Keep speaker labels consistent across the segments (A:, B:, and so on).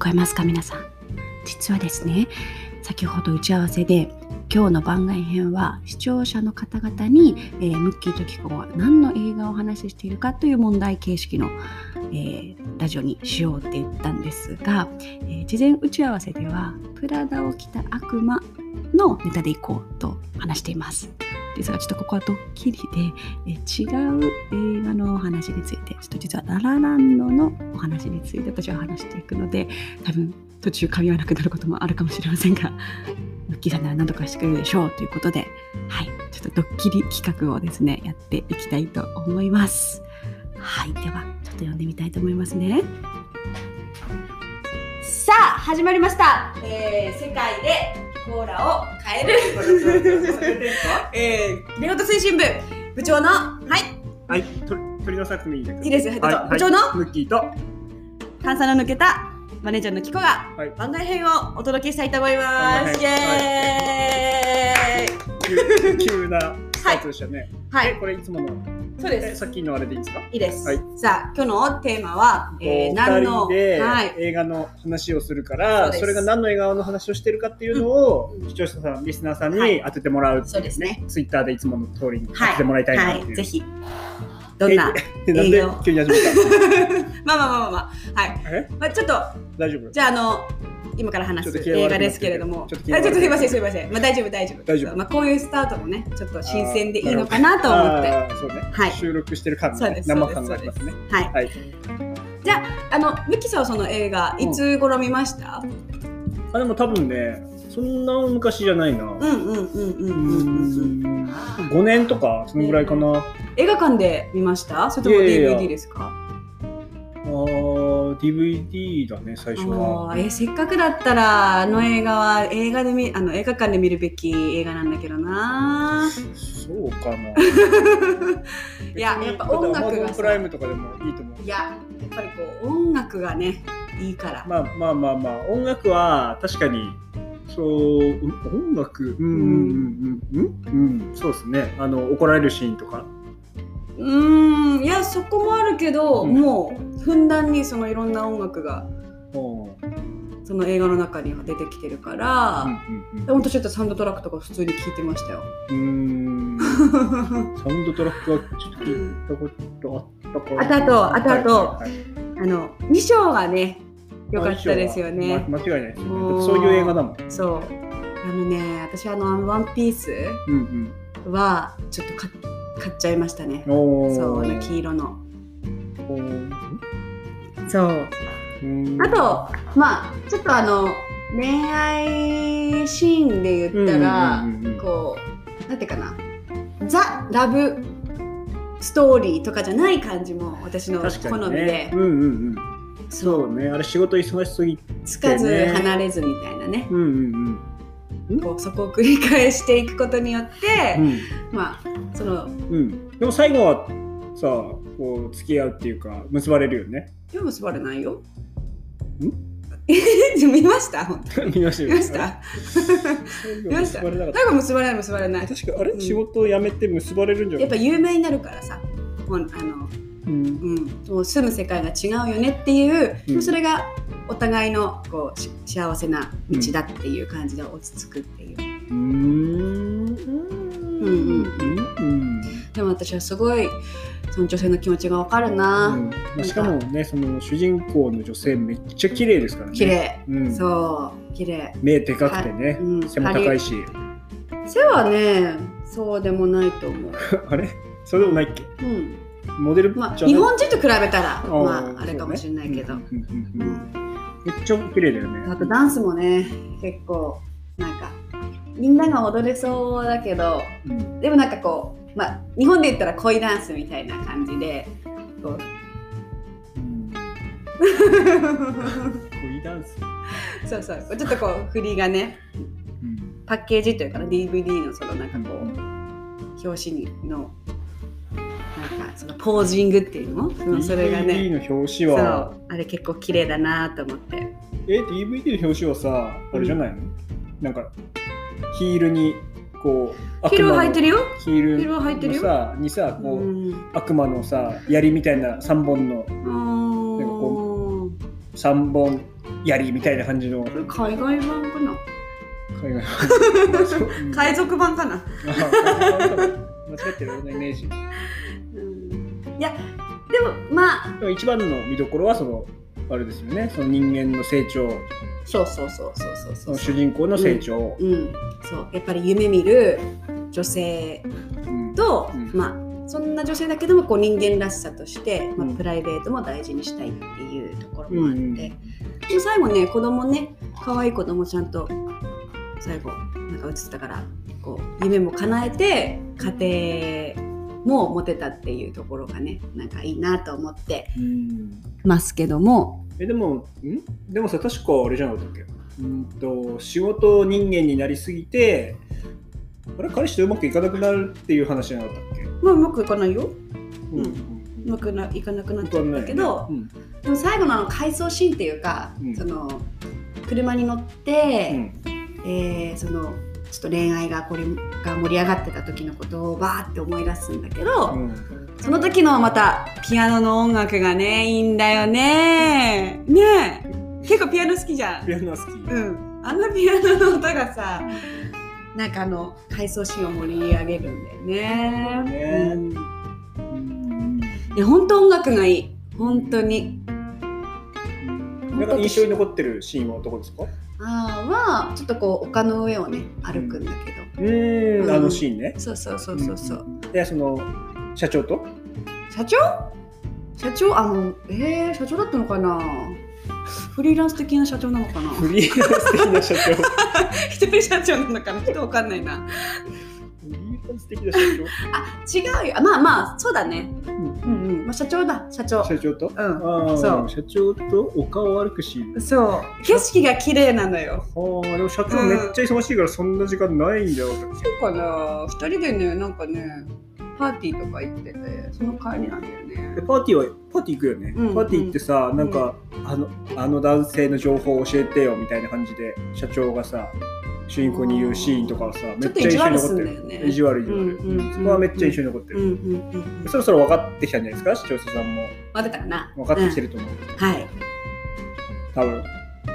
A: こえますか皆さん実はですね先ほど打ち合わせで今日の番外編は視聴者の方々に、えームッキーとキコは何の映画をお話ししているかという問題形式の、えーラジオにしようって言ったんですが、えー事前打ち合わせでは「プラダを着た悪魔」のネタでいこうと話しています。ですがちょっとここはドッキリでえー違う映画のお話についてちょっと実はララランドのお話について私は話していくので多分途中噛み合わなくなることもあるかもしれませんが ムッキーさんなら何とかしてくれるでしょうということではいちょっとドッキリ企画をですねやっていきたいと思いますはいではちょっと読んでみたいと思いますね
B: さあ始まりました、えー、世界でコーラを変える、えー、レオト推進部部長のはい
C: はい、と鳥のさくみい
B: いい
C: い
B: ですよ、はいどうぞ
C: はい
B: 部長の
C: ムッキーと
B: 炭酸の抜けたマネージャーのキコが
C: はい
B: 番外編をお届けしたいと思います、
C: 番外編
B: イエーイ
C: 急急なスタートでしたね。
B: は
C: え
B: い
C: これいつもの
B: そうで
C: え
B: す
C: さっきのあれでいいですか？
B: いいです、
C: はい
B: さあ今日のテーマは、えー、何の
C: お二人で
B: はい
C: 映画の話をするか
B: そう
C: ら、
B: です
C: それが何の映画の話をしてるかっていうのを
B: うんうん
C: 視聴者さん、リスナーさん
B: はい
C: に当ててもらうってい
B: そうですね
C: ツイッターでいつもの通りに当
B: は
C: ててもらいたいなって
B: はいい、
C: う。
B: ぜひどんな
C: でなん
B: 映
C: で
B: 画を
C: 急に始め
B: まあまあまあまあまあはい、
C: た？え？
B: まあ、ちょっと
C: 大丈 夫？
B: じゃああの今から話す
C: ちょっと気が
B: 映
C: 悪くな
B: 画
C: ってる
B: ですけれども、
C: ちょっと気
B: あ
C: が
B: ちょ
C: 悪
B: っ
C: く
B: と
C: なってる
B: すいませんすいません、まあ大丈夫大丈夫。
C: 大丈夫
B: まあこういうスタートもね、ちょっと新鮮でいいのかなと思って。
C: あー。そうね。
B: はい
C: 収録してる感
B: そう
C: が
B: で
C: ね
B: す
C: 生感がありますね。
B: はい。
C: はい。
B: あのミキさんはその映画いつ頃見ました？
C: あでも多分ね、そんな昔じゃないな。
B: うんうんうんうん
C: う
B: うんうんうん。
C: ん5年とかそのぐらいかな、あ
B: 映画館で見ました？それとも
C: いやいやいや
B: DVD ですか？
C: ー DVD だね最初
B: あ
C: は
B: あー、えーせっかくだったらあの映画は映画で見あの映画館で見るべき映画なんだけど な。
C: そうかな
B: いややっぱ音楽がさ
C: Amazon プライムとかでもいいと思う
B: いややっぱりこう音楽がねいいから。
C: まあまあまあまあ音楽は確かにそううん音楽うんうんうんうんうん、うん、そうですねあの怒られるシーンとか
B: うーんいやそこもあるけど、
C: うん
B: もうふんだんにそのいろんな音楽が
C: うんうん
B: その映画の中には出てきてるから、
C: うん
B: ほんとちょっとサウンドトラックとか普通に聞いてました よ。
C: うんうーんサウンドトラックはちょっと聞いたことあったから
B: あとあとあとあと
C: はいはいはい
B: あの2章がね良かったですよね。
C: ま間違いないですよね。
B: うん
C: だってそういう映画だもん。
B: そうあのね私あの「ワンピース
C: うん
B: はちょっと買っ買っちゃいましたね
C: うん。。おー
B: そうあの黄色の。
C: おー
B: そう
C: うん
B: あとまあちょっとあの恋愛シーンで言ったら、
C: うんうんうんうん
B: こうなんていうかなザ・ラブストーリーとかじゃない感じも私の
C: 確
B: 好
C: かに
B: みで
C: ね。うんうんうん。
B: そ
C: そうね。あれ仕事忙しすぎ。
B: うつかず離れずみたいなね
C: うんうん
B: こうそこを繰り返していくことによって
C: う、ん。
B: まあその
C: うんうん。でも最後はさ、こう付き合うっていうか結ばれるよね。
B: 手も縛れないよ。
C: ん
B: 見ました本
C: 見ました
B: 当
C: よ
B: 見ました
C: 最後
B: 見
C: は
B: ました
C: 結ばれなかっ
B: なんか結ばれない結ばれない
C: た。確かあ
B: うん
C: れ仕事を辞めて結ばれるんじゃな
B: やっ
C: い
B: ぱ有名になるからさもうあの
C: うん
B: うん、もう住む世界が違うよねっていう、
C: うん
B: それがお互いのこうし幸せな道だっていう感じで落ち着くっていう、
C: うーん
B: う
C: うん
B: んうん
C: うん
B: でも私はすごいその女性の気持ちがわかる
C: う、
B: なん
C: まあしかもねその主人公の女性めっちゃ綺麗ですからね
B: 綺麗、
C: うん、
B: そう綺麗
C: 目でかくてね、
B: うん
C: 背も高いし
B: 背はねそうでもないと思う、
C: あれそれでもないっけ
B: うん、
C: モデル
B: まあ
C: じゃな
B: 日
C: い
B: 本人と比べたら
C: ー
B: ま
C: そう
B: あ
C: ね
B: あれかもしれないけど、
C: うんうんうん
B: う
C: うん
B: ん
C: めっちゃ綺麗だよね
B: あとダンスもね結構なんかみんなが踊れそうだけど
C: うん
B: でもなんかこう、まあ、日本で言ったら恋ダンスみたいな感じ でこう
C: うん恋ダンス、
B: そうそうちょっとこう振りがね
C: うん
B: パッケージというかな DVD のそのなんかこう表紙のなんかそのポージングっていうのうんそれが
C: DVD
B: ね
C: の表紙
B: そう
C: は
B: あれ結構綺麗だなと思って
C: え DVD の表紙はさあれじゃないの、なんかヒールにこう
B: ヒールは履いて
C: る
B: るよ、
C: ヒール
B: ヒールは履いてるよ
C: のさにさこう、
B: うん
C: 悪魔のさ槍みたいな3本の
B: あー
C: 3本槍みたいな感じの
A: これ海外版かな
C: 海外版そうう ん
B: 海賊版かな
C: あ海賊版かも間違ってるようなイメージで
B: いやでもまあ
C: も一番の見どころはそのあれですよねその人間の成長
B: そうそうそうそうそう
C: そ
B: そう
C: の主人公の成長、
B: うん、そうやっぱり夢見る女性
C: うん
B: と、
C: うん
B: まあそんな女性だけどもこう人間らしさとして、まあ
C: うん
B: プライベートも大事にしたいっていうところもあって、
C: うん
B: で最後ね子供ね可愛い子供ちゃんと最後なんか映ってたからこう夢も叶えて家庭も持てたっていうところがねなんかいいなと思って
C: うん
B: ますけども
C: えでもんでもさ確かあれじゃなかったっけうんと仕事人間になりすぎてあれ彼氏とうまくいかなくなるっていう話じゃなかったっけ、
B: まあうまくいかないよ
C: うん
B: うまくないかなくなっちゃったけど、
C: わかんないよね
B: でも最後のあの回想シーンっていうか、
C: うん
B: その車に乗っ
C: うんう
B: て、
C: ん
B: えーそのちょっと恋愛がこれが盛り上がってた時のことをバーって思い出すんだけど、
C: うん
B: その時のまたピアノの音楽がねいいんだよねねえ結構ピアノ好きじゃん
C: ピアノは好き、
B: うんあのピアノの音がさなんかあの回想シーンを盛り上げるんだよね
C: ね
B: うん
C: うん
B: いや本当音楽がいい本当に
C: なんか印象に残ってるシーンはどこですか
B: あーはちょっとこう丘の上をね歩くんだけど、
C: うーんあのシーンね
B: そうそうそうそうそう。
C: いやその社長と
B: 社長社長あのえー、社長だったのかなフリーランス的な社長なのかな
C: フリーランス的な社長
B: 一人社長なのかなちょっとわかんないな。
C: フリーランス的な社
B: あ違うよ。あまあまあそうだね。
C: 長、うん
B: うんうん。まあ社長だ社長。
C: 社長と
B: うん。
C: あー
B: そう
C: 社長とお顔を歩くシーン
B: そう景色が綺麗なのよ。
C: ああ、でも社長めっちゃ忙しいからそんな時間ないんだよ。
B: そうかな二人でねなんかねパーティーとか行っててその帰りなんだよね
C: で。パーティーは、パーティー行くよね。
B: うん
C: パーティーってさ、なんか、あの、あの男性の情報を教えてよみたいな感じで、社長がさ、主人公に言うシーンとかはさ、
B: ち
C: め
B: ょ
C: っ
B: っと
C: ち
B: 意
C: ゃ印
B: 地
C: 象に
B: 悪
C: 残
B: す
C: っ
B: ん
C: て
B: だ
C: る。
B: よね。
C: 意地悪い意地
B: うんうんうん
C: 悪い。そこはめっちゃ印象に残って
B: うん
C: る。
B: うんうん。
C: そろそろ分かってきたんじゃないですか視聴者さんも
B: 待ってたかな。
C: 分かってきてると思う。
B: うん。はい。
C: 多分。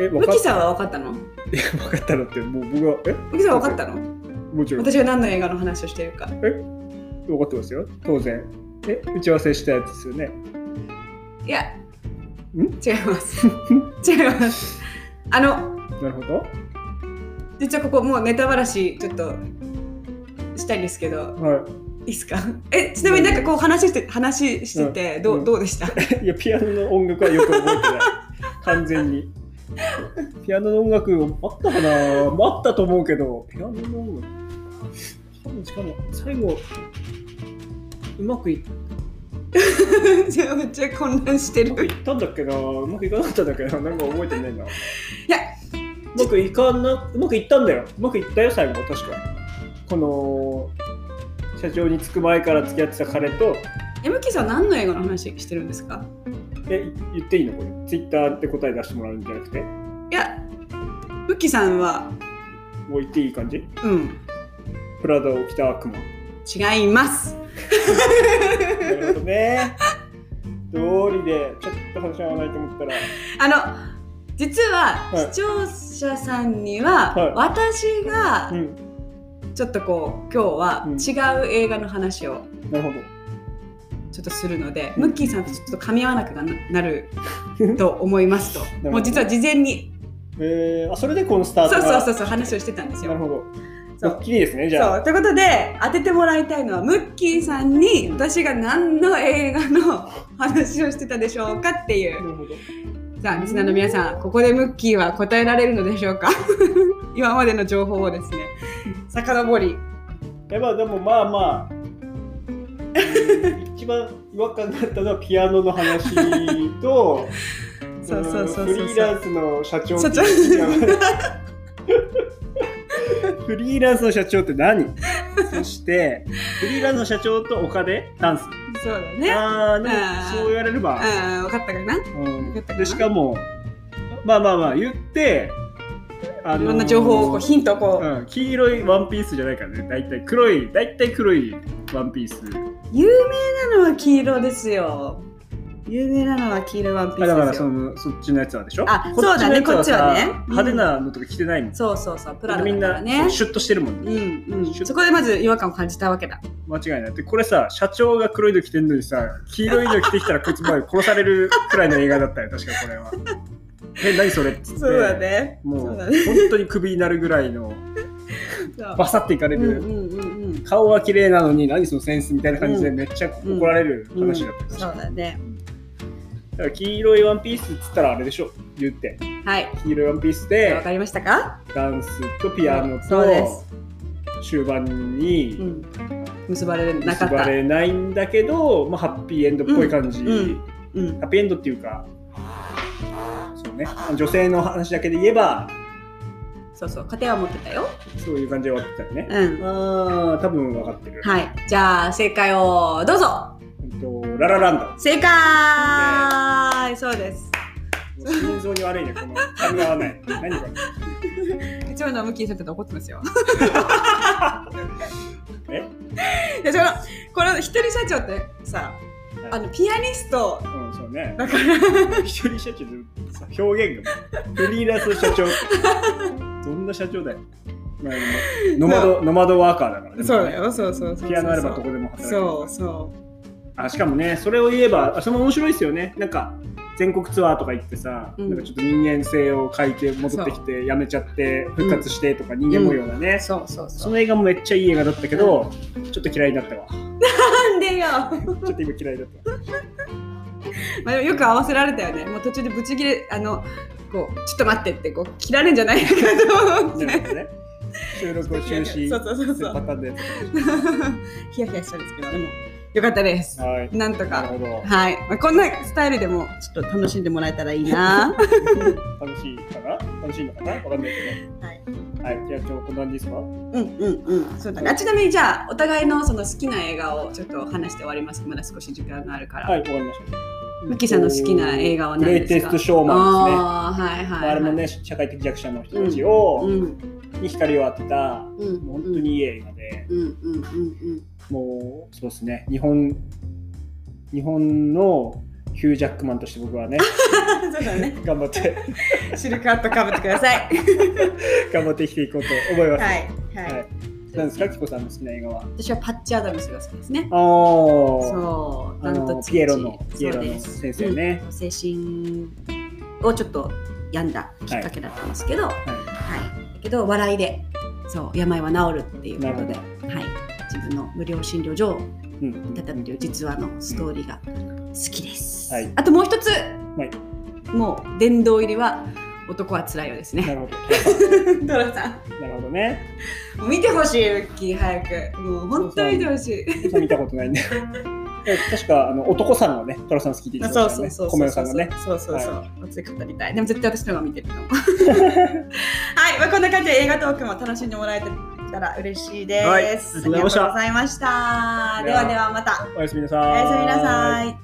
C: え、分
B: ム
C: かっ
B: キさんは分かったのム
C: いや分かったのって、もう僕は、え
B: キさんは分かったの
C: もちろん。
B: 私が何の映画の話をしているか。
C: 分かってますよ。当然。え、打ち合わせしたやつですよね。
B: いや、違います。 違います。あの、
C: なるほど。
B: 実はここもうネタばらしちょっとしたいんですけど、
C: は
B: い
C: い。
B: いですかえ、ちなみになんかこう話して、話してて、ど
C: う
B: うんどうでした
C: いや、ピアノの音楽はよく覚えてない。完全に。ピアノの音楽あったかな、まあ、あったと思うけど、ピアノの音楽。多分しかも、最後、うまくいっ
B: じゃあめっちゃ混乱して
C: うまくい
B: る。
C: ったんだっけな、うまくいかなかったんだっけな、なんか覚えてないな。い
B: や
C: うまくいかな、うまくいったんだよ。うまくいったよ、最後、確か。この、社長に着く前から付き合ってた彼と、
B: え、ムキさん何の映画の話してるんですか
C: え、言っていいのこれ。ツイッターって答え出してもらうんじゃなくて、
B: いや、ムキさんは、
C: もう言っていい感じ
B: うん、
C: プラダを着た悪魔。
B: 違います。
C: なるほどね。道理でちょっと話し合わないと思ったら、
B: あの実は
C: はい
B: 視聴者さんには、
C: はい
B: 私が
C: うん、
B: ちょっとこう今日は違う映画の話を
C: なるほ
B: ちょっとするので、
C: うん
B: ムッキーさんとちょっと噛み合わなくなる と思いますと
C: ど
B: もう実は事前に
C: ど。えー、あそれでこのスタ
B: そ
C: ー
B: う
C: トが
B: そうそうそう話をしてたんです
C: なる
B: よ。
C: ほど。
B: そ
C: ド
B: う
C: ッキリですね、じゃ
B: そ
C: あ。
B: うということで当ててもらいたいのはムッキーさんに私が何の映画の話をしてたでしょうかってい
C: な
B: う
C: るほど。
B: さあリスナーの皆さんここでムッキーは答えられるのでしょうか 今までの情報をですね遡り
C: やっぱでもまあまあ、 うん一番違和感だったのはピアノの話と、
B: そうそうそうそうそうん
C: フリーランスの社長
B: 社
C: って
B: 長
C: フリーランスの社長って何そして、フリーランスの社長と丘でダンス。
B: そうだね。
C: ああ、でも
B: あー
C: そう言われれば。
B: うん、分かったかな。
C: うん
B: よかったかな
C: でしかもまあまあまあ言ってあのー
B: いろんな情報をこうヒントをこう、
C: うん、黄色いワンピースじゃないからね大体黒い大体黒いワンピース
B: 有名なのは黄色ですよ。有名なのは黄色いワンピース
C: あ
B: ですよ。
C: だからそのそっちのやつはでしょ
B: あ
C: こっちの
B: そうだね
C: やつさ
B: こっちはねうん
C: 派手なのとか着てないもん、
B: そうそうそう、プラ
C: だっ
B: ダ
C: てみん
B: だか
C: な
B: らね
C: そう。シュッとしてるもん
B: う
C: ね、
B: んうん、そこでまず違和感を感じたわけだ。
C: 間違いないでこれさ社長が黒いの着てんのにさ黄色いの着てきたらこいつ前殺されるくらいの映画だったよ確かこ れはえ何それっつって
B: ね
C: も
B: そうだね。
C: 本当にクビになるぐらいの
B: そう
C: バサっていかれ
B: うん
C: る、
B: うんうんうん。
C: 顔は綺麗なのに何そのセンスみたいな感じで
B: うん
C: めっちゃ怒られる話だったよ、確か
B: そうだね。
C: だから黄色いワンピースっつったらあれでしょ言って
B: はい。
C: 黄色いワンピース
B: わ
C: で
B: かりましたか？
C: ダンスとピアノ
B: そうです
C: と終盤
B: う
C: に
B: ん。結ばれなか
C: 結
B: っ
C: ば
B: た。
C: れないんだけど、まあ、ハッピーエンドっぽい感じ、
B: うんうんうん
C: ハッピーエンドっていうかそうね女性の話だけで言えば
B: そうそう、家庭は持ってたよ。
C: そういう感じで終わってたよね、
B: うん。
C: ああ多分分かってる、
B: はい。じゃあ正解をどうぞ。
C: えっとララランド
B: 正解。そうです。
C: もう心臓に悪いね、この噛み合わない。何これ。
B: 一番のムッキーさんって怒って ますよ。
C: え
B: いやそのこの一人社長ってさ、
C: はい
B: あのピアニスト
C: うん、そうね。
B: だから
C: 一人社長さ、表現がもう。フリーランス社長どんな社長だよ。まあ、でもノマド、ノマドワーカーだからね。
B: そうだよそうそうそうそう
C: ピアノあればどこでも働ける。
B: そうそ
C: あ、しかもね、それを言えば、あそれも面白いですよね。なんか。全国ツアーとか行ってさ、
B: うん
C: なんかちょっと人間性を変えて戻ってきてやめちゃって復活してとか人間模様がね、
B: うそうそう
C: そ
B: そう
C: の映画もめっちゃいい映画だったけど、ちょっと嫌いになったわ
B: なんでよ
C: ちょっと今嫌いだった
B: まあでもよく合わせられたよねもう途中でブチ切れあのこうちょっと待ってってこう切られるんじゃないかと思っ
C: な
B: て
C: るほどね。収録を中止する
B: そうそうそうそう
C: パターンで。
B: ヒヤヒヤしたんですけどでもよかったです
C: はい。
B: なんと
C: なる
B: か
C: ほど。
B: はい、まあ、こんなスタイルでもちょっと楽しんでもらえたらいいな
C: 楽しいかな楽しいのかなわかんないけど。
B: はい。
C: はい。じゃあ今日こんなんでいいですか
B: うんうんうんそうだねあちなみにじゃあお互いのその好きな映画をちょっと話して終わりますまだ少し時間があるから、
C: はい、わかりました。
B: ムッキーさんの好きな映画は何ですか
C: グレイテストショーマンですね。
B: あーはいはい、
C: ま
B: は
C: あ
B: い、
C: あれもね、社会的弱者の人たちを、
B: うん
C: に光を当てた、
B: うん
C: もう本当にいい映画で、
B: うんうんうん
C: もう、そうですね、日本、日本のヒュージャックマンとして僕はね、
B: うんそうだね
C: 頑張って、
B: シルクハットかぶってください
C: 頑張って生きていこうと思います。
B: はいはい、
C: はいなんですか、キコさんの好きな映画は。
B: 私はパッチ・アダムスが好きですね
C: あー
B: そうな
C: あ
B: んと
C: の
B: 父
C: ピエロのピ
B: そ
C: エ
B: う
C: ロの
B: です
C: 先生ね、
B: うん精神をちょっと病んだきっかけだったんですけど、はいだけど笑いでそう病は治るっていうことで、
C: な
B: はい、自分の無料診療所を
C: うん
B: たたみという実話のストーリーが好きです、
C: はい
B: あともう一つ、
C: い
B: もう殿堂入りは男はつらいよです
C: な
B: ね
C: るほ ど
B: ドラさ
C: なるほどね
B: んもう見てほしいウッキー早くもう本当に見てほしい
C: そう見たこ とないんでで確かあの男さんはねトラさん好きって言って
B: そ
C: ま
B: う
C: した
B: そう
C: よね
B: そうそう。
C: コメロさんがね。
B: そうそうそう。熱い語りたい。でも絶対私の方が見てると 思う。はい、まあこんな感じで映画トークも楽しんでもらえたら嬉しいです。
C: はいありがとうございました
B: ありがとうございました。ではではまた。
C: おやすみなさーい
B: おやすみなさい。